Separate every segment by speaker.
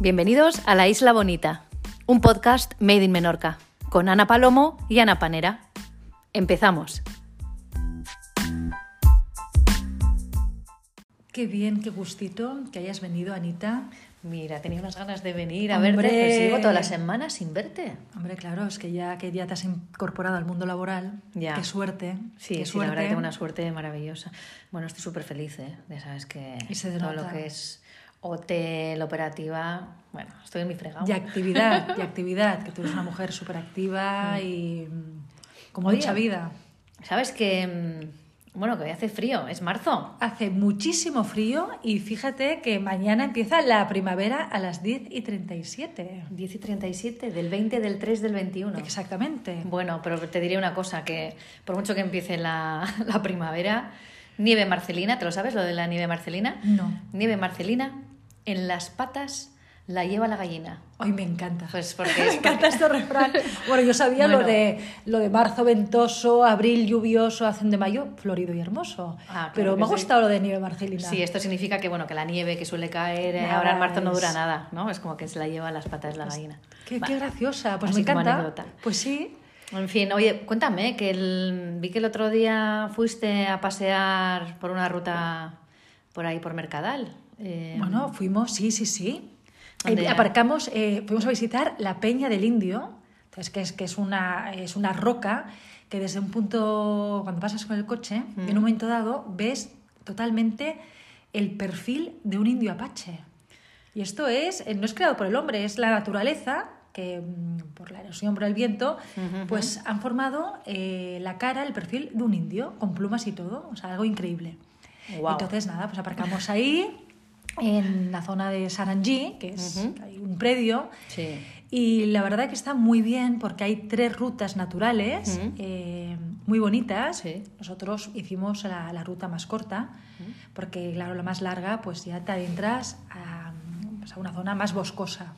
Speaker 1: Bienvenidos a La Isla Bonita, un podcast made in Menorca, con Ana Palomo y Ana Panera. Empezamos.
Speaker 2: Qué bien, qué gustito que hayas venido, Anita.
Speaker 1: Mira, tenía unas ganas de venir
Speaker 2: a verte, pero sigo todas las
Speaker 1: semanas sin verte.
Speaker 2: Hombre, claro, es que ya que ya te has incorporado al mundo laboral,
Speaker 1: Ya.
Speaker 2: qué suerte.
Speaker 1: Sí,
Speaker 2: qué
Speaker 1: sí,
Speaker 2: suerte.
Speaker 1: la verdad que tengo una suerte maravillosa. Bueno, estoy súper feliz, ¿eh? Ya sabes que
Speaker 2: Y se
Speaker 1: todo
Speaker 2: denota.
Speaker 1: lo que es hotel, operativa... Bueno, estoy en mi fregado.
Speaker 2: Y actividad, y actividad, que tú eres una mujer súper activa y mm, con
Speaker 1: Oye.
Speaker 2: mucha vida.
Speaker 1: ¿Sabes que... mm, Bueno, que hoy hace frío, es marzo.
Speaker 2: Hace muchísimo frío y fíjate que mañana empieza la primavera a las 10 y 37.
Speaker 1: 10 y 37, del 20, del 3, del 21.
Speaker 2: Exactamente.
Speaker 1: Bueno, pero te diré una cosa, que por mucho que empiece la, la primavera, nieve marcelina, ¿te lo sabes lo de la nieve marcelina?
Speaker 2: No.
Speaker 1: Nieve marcelina, en las patas la lleva la gallina.
Speaker 2: Hoy me encanta.
Speaker 1: Pues porque
Speaker 2: Me
Speaker 1: es...
Speaker 2: encanta este refrán. Bueno, yo sabía lo,
Speaker 1: Bueno.
Speaker 2: de, lo de marzo ventoso, abril lluvioso, hacen de mayo florido y hermoso.
Speaker 1: Ah, claro
Speaker 2: Pero
Speaker 1: que
Speaker 2: me ha
Speaker 1: sí.
Speaker 2: gustado lo de nieve marcelina.
Speaker 1: Sí, esto significa que bueno, que la nieve que suele caer eh,
Speaker 2: Nada,
Speaker 1: ahora en marzo no dura
Speaker 2: es-
Speaker 1: nada, ¿no? Es como que se la lleva en las patas la gallina.
Speaker 2: Qué,
Speaker 1: Va.
Speaker 2: qué graciosa, pues
Speaker 1: Así
Speaker 2: me
Speaker 1: como
Speaker 2: encanta.
Speaker 1: anécdota.
Speaker 2: Pues sí.
Speaker 1: En fin, oye, cuéntame, que el- vi que el otro día fuiste a pasear por una ruta por ahí, por Mercadal. Eh,
Speaker 2: Bueno, fuimos, sí, sí, sí. Eh,
Speaker 1: ¿Dónde?
Speaker 2: aparcamos, eh, fuimos a visitar la Peña del Indio, entonces, que, es, que es, una, es una roca que desde un punto, cuando pasas con el coche, en un momento dado ves totalmente el perfil de un indio apache. Y esto es, eh, no es creado por el hombre, es la naturaleza que mm, por la erosión, por el viento, pues han formado eh, la cara, el perfil de un indio, con plumas y todo, o sea, algo increíble.
Speaker 1: Guau.
Speaker 2: Entonces, nada, pues aparcamos ahí, en la zona de Sarangí, que es
Speaker 1: Ujú.
Speaker 2: hay un predio.
Speaker 1: Sí.
Speaker 2: Y la verdad que está muy bien porque hay tres rutas naturales
Speaker 1: Ujú.
Speaker 2: eh, muy bonitas.
Speaker 1: Sí.
Speaker 2: Nosotros hicimos la, la ruta más corta porque, claro, la más larga pues ya te adentras a, pues, a una zona más boscosa.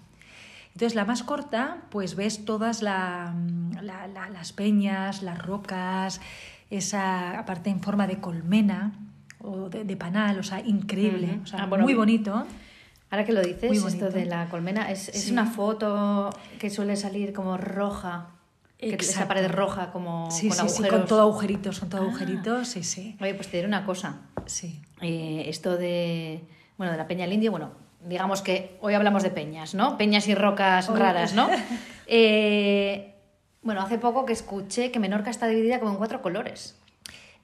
Speaker 2: Entonces, la más corta, pues ves todas la- la- la- las peñas, las rocas, esa parte en forma de colmena o de, de panal, o sea, increíble,
Speaker 1: Ujú.
Speaker 2: o sea,
Speaker 1: Ah, bueno,
Speaker 2: muy bonito.
Speaker 1: Ahora que lo dices,
Speaker 2: Muy
Speaker 1: esto
Speaker 2: bonito.
Speaker 1: de la colmena, es, es
Speaker 2: Sí.
Speaker 1: una foto que suele salir como roja, que esa
Speaker 2: Exacto.
Speaker 1: pared roja como
Speaker 2: Sí,
Speaker 1: con
Speaker 2: sí, sí,
Speaker 1: agujeros.
Speaker 2: con todo agujeritos, con todo
Speaker 1: Ah.
Speaker 2: agujeritos, sí, sí,
Speaker 1: Oye, pues te diré una cosa.
Speaker 2: sí.
Speaker 1: Eh, esto de, bueno, de la Peña del Indio, bueno, digamos que hoy hablamos de peñas, ¿no? Peñas y rocas
Speaker 2: Hoy-
Speaker 1: raras, ¿no? Eh, bueno, hace poco que escuché que Menorca está dividida como en cuatro colores.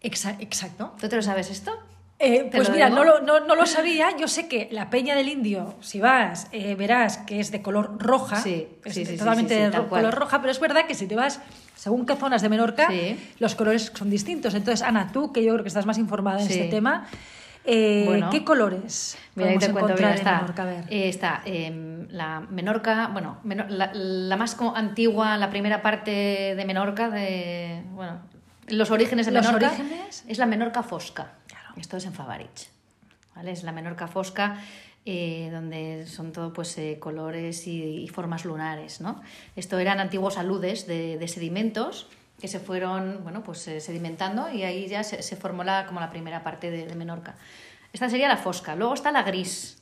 Speaker 2: Exa- exacto.
Speaker 1: ¿Tú te lo sabes esto?
Speaker 2: Eh,
Speaker 1: ¿Te
Speaker 2: pues
Speaker 1: lo
Speaker 2: mira,
Speaker 1: digo?
Speaker 2: no lo, no, no lo sabía. Yo sé que la peña del indio, si vas, eh, verás que es de color roja.
Speaker 1: Sí,
Speaker 2: es
Speaker 1: sí,
Speaker 2: de-
Speaker 1: sí, sí,
Speaker 2: totalmente
Speaker 1: sí, sí,
Speaker 2: de
Speaker 1: tal
Speaker 2: ro-
Speaker 1: cual.
Speaker 2: color roja, pero es verdad que si te vas, según qué zonas de Menorca,
Speaker 1: Sí.
Speaker 2: los colores son distintos. Entonces, Ana, tú, que yo creo que estás más informada en
Speaker 1: Sí.
Speaker 2: este tema, eh,
Speaker 1: Bueno.
Speaker 2: ¿qué colores
Speaker 1: Mira, ahí
Speaker 2: podemos
Speaker 1: te cuento, mira,
Speaker 2: encontrar en
Speaker 1: está,
Speaker 2: Menorca? A ver.
Speaker 1: eh, está em, la Menorca, bueno, Menor- la, la más como antigua, la primera parte de Menorca, de, bueno, los orígenes de
Speaker 2: Los
Speaker 1: Menorca,
Speaker 2: orígenes.
Speaker 1: es la Menorca Fosca.
Speaker 2: Claro.
Speaker 1: Esto es en Favarich, ¿vale? Es la Menorca Fosca, eh, donde son todo pues eh, colores y, y formas lunares, ¿no? Esto eran antiguos aludes de, de sedimentos que se fueron, bueno, pues eh, sedimentando y ahí ya se, se formó la- como la primera parte de, de Menorca. Esta sería la Fosca. Luego está la Gris.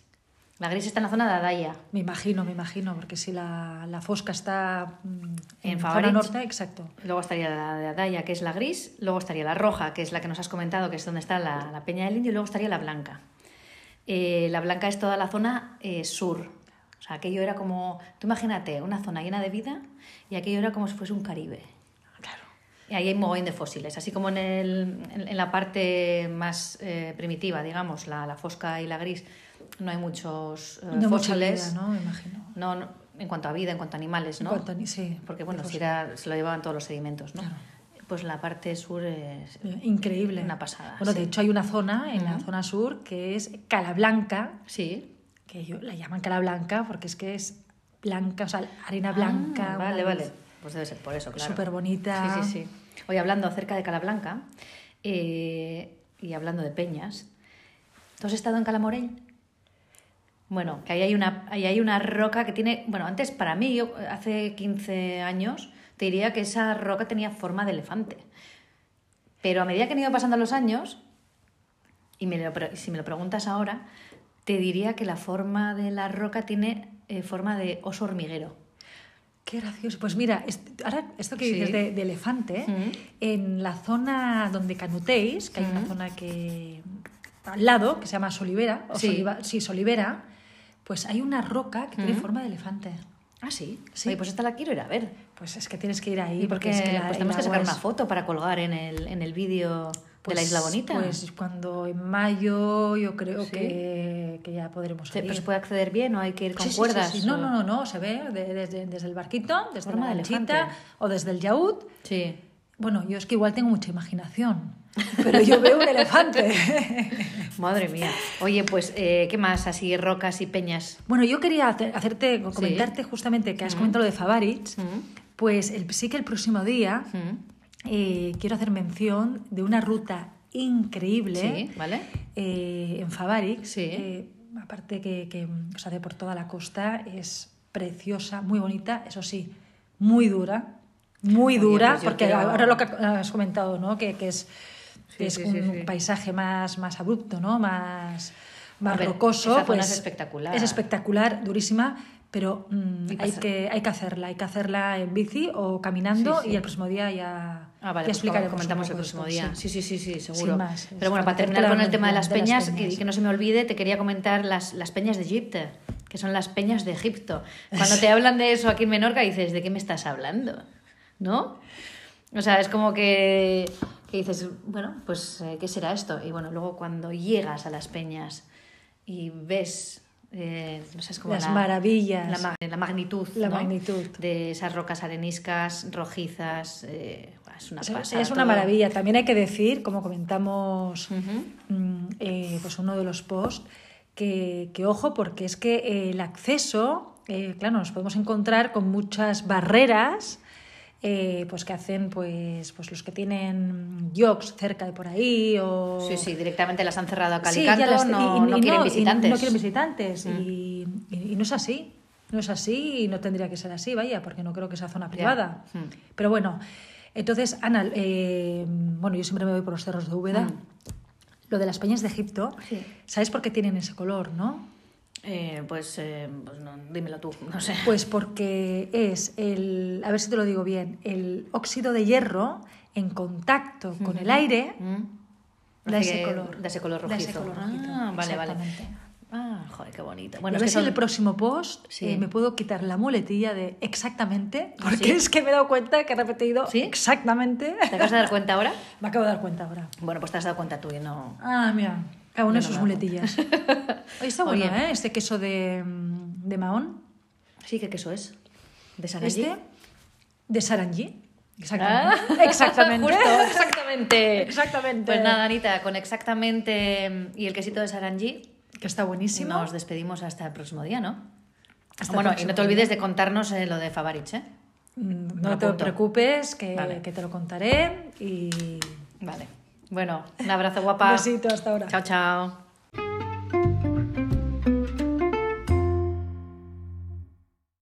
Speaker 1: La Gris está en la zona de Adaya.
Speaker 2: Me imagino, me imagino, porque si la, la fosca está mm,
Speaker 1: En
Speaker 2: en zona
Speaker 1: Favorich.
Speaker 2: norte, exacto.
Speaker 1: Luego estaría la de Adaya, que es la gris. Luego estaría la roja, que es la que nos has comentado, que es donde está la, la Peña del Indio. Y luego estaría la blanca. Eh, la blanca es toda la zona eh, sur. O sea, aquello era como... Tú imagínate, una zona llena de vida y aquello era como si fuese un Caribe.
Speaker 2: Claro.
Speaker 1: Y ahí hay un mogollón de fósiles, así como en, el- en- en la parte más eh, primitiva, digamos, la, la fosca y la gris, no hay muchos eh,
Speaker 2: No mucha
Speaker 1: fósiles.
Speaker 2: vida, ¿no? Me imagino.
Speaker 1: No, no, en cuanto a vida, en cuanto a animales,
Speaker 2: En
Speaker 1: ¿no?
Speaker 2: cuanto a ni- sí,
Speaker 1: Porque bueno,
Speaker 2: de
Speaker 1: si era, se lo llevaban todos los sedimentos, ¿no?
Speaker 2: Claro.
Speaker 1: Pues la parte sur es
Speaker 2: Increíble.
Speaker 1: una pasada.
Speaker 2: Bueno,
Speaker 1: sí.
Speaker 2: de hecho hay una zona en la
Speaker 1: Ujú.
Speaker 2: zona sur que es Cala Blanca,
Speaker 1: Sí.
Speaker 2: que yo- la llaman Cala Blanca porque es que es blanca, o sea, arena blanca.
Speaker 1: Ah,
Speaker 2: una
Speaker 1: vale,
Speaker 2: luz
Speaker 1: vale. Pues debe ser por eso, claro.
Speaker 2: Súper
Speaker 1: Sí,
Speaker 2: bonita.
Speaker 1: sí, sí. Hoy hablando acerca de Calablanca eh, y hablando de peñas, ¿tú has estado en Calamorell? Bueno, que ahí hay, una, ahí hay una roca que tiene... Bueno, antes para mí, yo eh, hace 15 años, te diría que esa roca tenía forma de elefante. Pero a medida que han ido pasando los años, y me lo pre- si me lo preguntas ahora, te diría que la forma de la roca tiene eh, forma de oso hormiguero.
Speaker 2: Qué gracioso. Pues mira, est- ahora esto que dices
Speaker 1: Sí.
Speaker 2: de, de elefante,
Speaker 1: Ujú.
Speaker 2: en la zona donde canutéis, que hay una
Speaker 1: Ujú.
Speaker 2: zona que al lado, que se llama Solivera, o
Speaker 1: Sí.
Speaker 2: Soliva- sí, Solivera, pues hay una roca que tiene
Speaker 1: Ujú.
Speaker 2: forma de elefante.
Speaker 1: Ah, sí.
Speaker 2: Sí.
Speaker 1: Oye, pues esta la quiero ir a ver.
Speaker 2: Pues es que tienes que ir ahí
Speaker 1: Y porque
Speaker 2: porque, es que la-
Speaker 1: pues
Speaker 2: el
Speaker 1: tenemos que
Speaker 2: agua
Speaker 1: sacar
Speaker 2: es-
Speaker 1: una foto para colgar en el, en el vídeo de la
Speaker 2: pues-
Speaker 1: Isla Bonita.
Speaker 2: Pues cuando en mayo yo creo
Speaker 1: Sí.
Speaker 2: que, que ya podremos
Speaker 1: Se,
Speaker 2: salir.
Speaker 1: pero se puede acceder bien o hay que ir con
Speaker 2: Sí, sí, sí,
Speaker 1: cuerdas.
Speaker 2: sí. No,
Speaker 1: o-
Speaker 2: no, no, no, se ve de- desde, desde el barquito, desde
Speaker 1: Forma
Speaker 2: la
Speaker 1: de
Speaker 2: lanchita
Speaker 1: elefante.
Speaker 2: o desde el yaúd.
Speaker 1: Sí.
Speaker 2: Bueno, yo es que igual tengo mucha imaginación, pero yo veo un elefante.
Speaker 1: Madre mía. Oye, pues, eh, ¿qué más? Así rocas y peñas.
Speaker 2: bueno, yo quería hacer- hacerte comentarte justamente que has comentado lo de Favarich. Pues el- sí que el próximo día eh, quiero hacer mención de una ruta increíble
Speaker 1: Sí, ¿vale?
Speaker 2: eh, en Favarich.
Speaker 1: Sí.
Speaker 2: eh, aparte que, que se hace por toda la costa, es preciosa, muy bonita, eso sí, muy dura, muy
Speaker 1: Oye,
Speaker 2: dura,
Speaker 1: pues yo
Speaker 2: porque
Speaker 1: quiero-
Speaker 2: ahora lo que has comentado, ¿no? Que, que es,
Speaker 1: Sí,
Speaker 2: que es
Speaker 1: sí,
Speaker 2: un
Speaker 1: sí, sí.
Speaker 2: paisaje más, más abrupto, ¿no? Más, más
Speaker 1: A ver,
Speaker 2: rocoso. pues
Speaker 1: esa zona es espectacular.
Speaker 2: Es espectacular, durísima. Pero mm,
Speaker 1: Y
Speaker 2: hay,
Speaker 1: pasa-
Speaker 2: que, hay que hacerla, hay que hacerla en bici o caminando
Speaker 1: Sí, sí.
Speaker 2: y el próximo día ya,
Speaker 1: Ah, vale,
Speaker 2: ya
Speaker 1: pues
Speaker 2: explicaremos. un
Speaker 1: comentamos el
Speaker 2: poco
Speaker 1: próximo
Speaker 2: esto,
Speaker 1: día.
Speaker 2: sí.
Speaker 1: Sí, sí, sí, sí, seguro.
Speaker 2: Sin más, es
Speaker 1: Pero bueno, para
Speaker 2: para hacerte
Speaker 1: terminar
Speaker 2: la
Speaker 1: con el tema de las
Speaker 2: mención de las
Speaker 1: peñas, que,
Speaker 2: peñas.
Speaker 1: que no se me olvide, te quería comentar las, las peñas de Egipto, que son las peñas de Egipto. Cuando te hablan de eso aquí en Menorca, dices, ¿de qué me estás hablando? ¿No? O sea, es como que, que dices, bueno, pues, eh, ¿qué será esto? Y bueno, luego cuando llegas a las peñas y ves... eh, no sé, es como
Speaker 2: Las
Speaker 1: la-
Speaker 2: maravillas.
Speaker 1: la ma- la magnitud
Speaker 2: La
Speaker 1: ¿no?
Speaker 2: magnitud.
Speaker 1: de esas rocas areniscas rojizas eh, es una
Speaker 2: O sea,
Speaker 1: pasada
Speaker 2: es una
Speaker 1: todo.
Speaker 2: maravilla. También hay que decir, como comentamos
Speaker 1: Ujú.
Speaker 2: mm, eh, pues uno de los posts, que, que ojo, porque es que eh, el acceso, eh, claro, nos podemos encontrar con muchas barreras. eh, pues que hacen pues, pues los que tienen jogs cerca de por ahí o
Speaker 1: sí sí directamente las han cerrado a
Speaker 2: Sí, ya
Speaker 1: Calicanto
Speaker 2: las-
Speaker 1: no,
Speaker 2: y- y-
Speaker 1: no
Speaker 2: y
Speaker 1: quieren
Speaker 2: no- y
Speaker 1: visitantes Mm.
Speaker 2: no quieren visitantes. Y, y- y no es así. No es así y no tendría que ser así, vaya, porque no creo que sea zona privada.
Speaker 1: Mm.
Speaker 2: Pero bueno, entonces, Ana, eh, bueno, yo siempre me voy por los cerros de Úbeda.
Speaker 1: Mm.
Speaker 2: Lo de las peñas de Egipto,
Speaker 1: Sí.
Speaker 2: ¿sabes por qué tienen ese color, no?
Speaker 1: Eh, pues, eh, pues no, dímelo tú no sé
Speaker 2: Pues porque es el, a ver si te lo digo bien, el óxido de hierro en contacto con el aire
Speaker 1: Mm.
Speaker 2: da
Speaker 1: Hace
Speaker 2: Pues, ese
Speaker 1: que-
Speaker 2: color.
Speaker 1: da ese color
Speaker 2: Da
Speaker 1: rojizo
Speaker 2: ese color rojizo,
Speaker 1: ah, vale vale
Speaker 2: exactamente.
Speaker 1: ah joder qué bonito
Speaker 2: Bueno,
Speaker 1: bueno
Speaker 2: a
Speaker 1: es
Speaker 2: ver
Speaker 1: que
Speaker 2: si
Speaker 1: son-
Speaker 2: en el próximo post
Speaker 1: Sí. Ah,
Speaker 2: eh, me puedo quitar la muletilla de exactamente, porque
Speaker 1: ¿Sí?
Speaker 2: es que me he dado cuenta que he repetido
Speaker 1: ¿Sí?
Speaker 2: exactamente.
Speaker 1: te acabas de dar cuenta ahora
Speaker 2: Me acabo de dar cuenta ahora.
Speaker 1: bueno pues te has dado cuenta tú y no
Speaker 2: Ah, mira, cada
Speaker 1: Yo
Speaker 2: uno de
Speaker 1: no
Speaker 2: sus
Speaker 1: me doy
Speaker 2: muletillas. Oye, está bueno,
Speaker 1: Oye.
Speaker 2: ¿eh? Este queso de, mm, de Mahón.
Speaker 1: sí que queso es de San
Speaker 2: Este de Sarangí. Exactamente.
Speaker 1: Ah,
Speaker 2: Exactamente.
Speaker 1: justo, exactamente.
Speaker 2: Exactamente.
Speaker 1: Pues nada, Anita, con exactamente mm, y el quesito de Sarangí,
Speaker 2: Que está buenísimo.
Speaker 1: nos despedimos hasta el próximo día, ¿no?
Speaker 2: Hasta el
Speaker 1: bueno, y
Speaker 2: próximo
Speaker 1: no te
Speaker 2: día.
Speaker 1: olvides de contarnos eh, lo de Favarich, ¿eh?
Speaker 2: Mm,
Speaker 1: lo
Speaker 2: No te
Speaker 1: apunto.
Speaker 2: preocupes, que,
Speaker 1: Vale.
Speaker 2: que te lo contaré. Y
Speaker 1: Vale. Bueno, un abrazo guapa.
Speaker 2: besito hasta ahora.
Speaker 1: Chao, chao.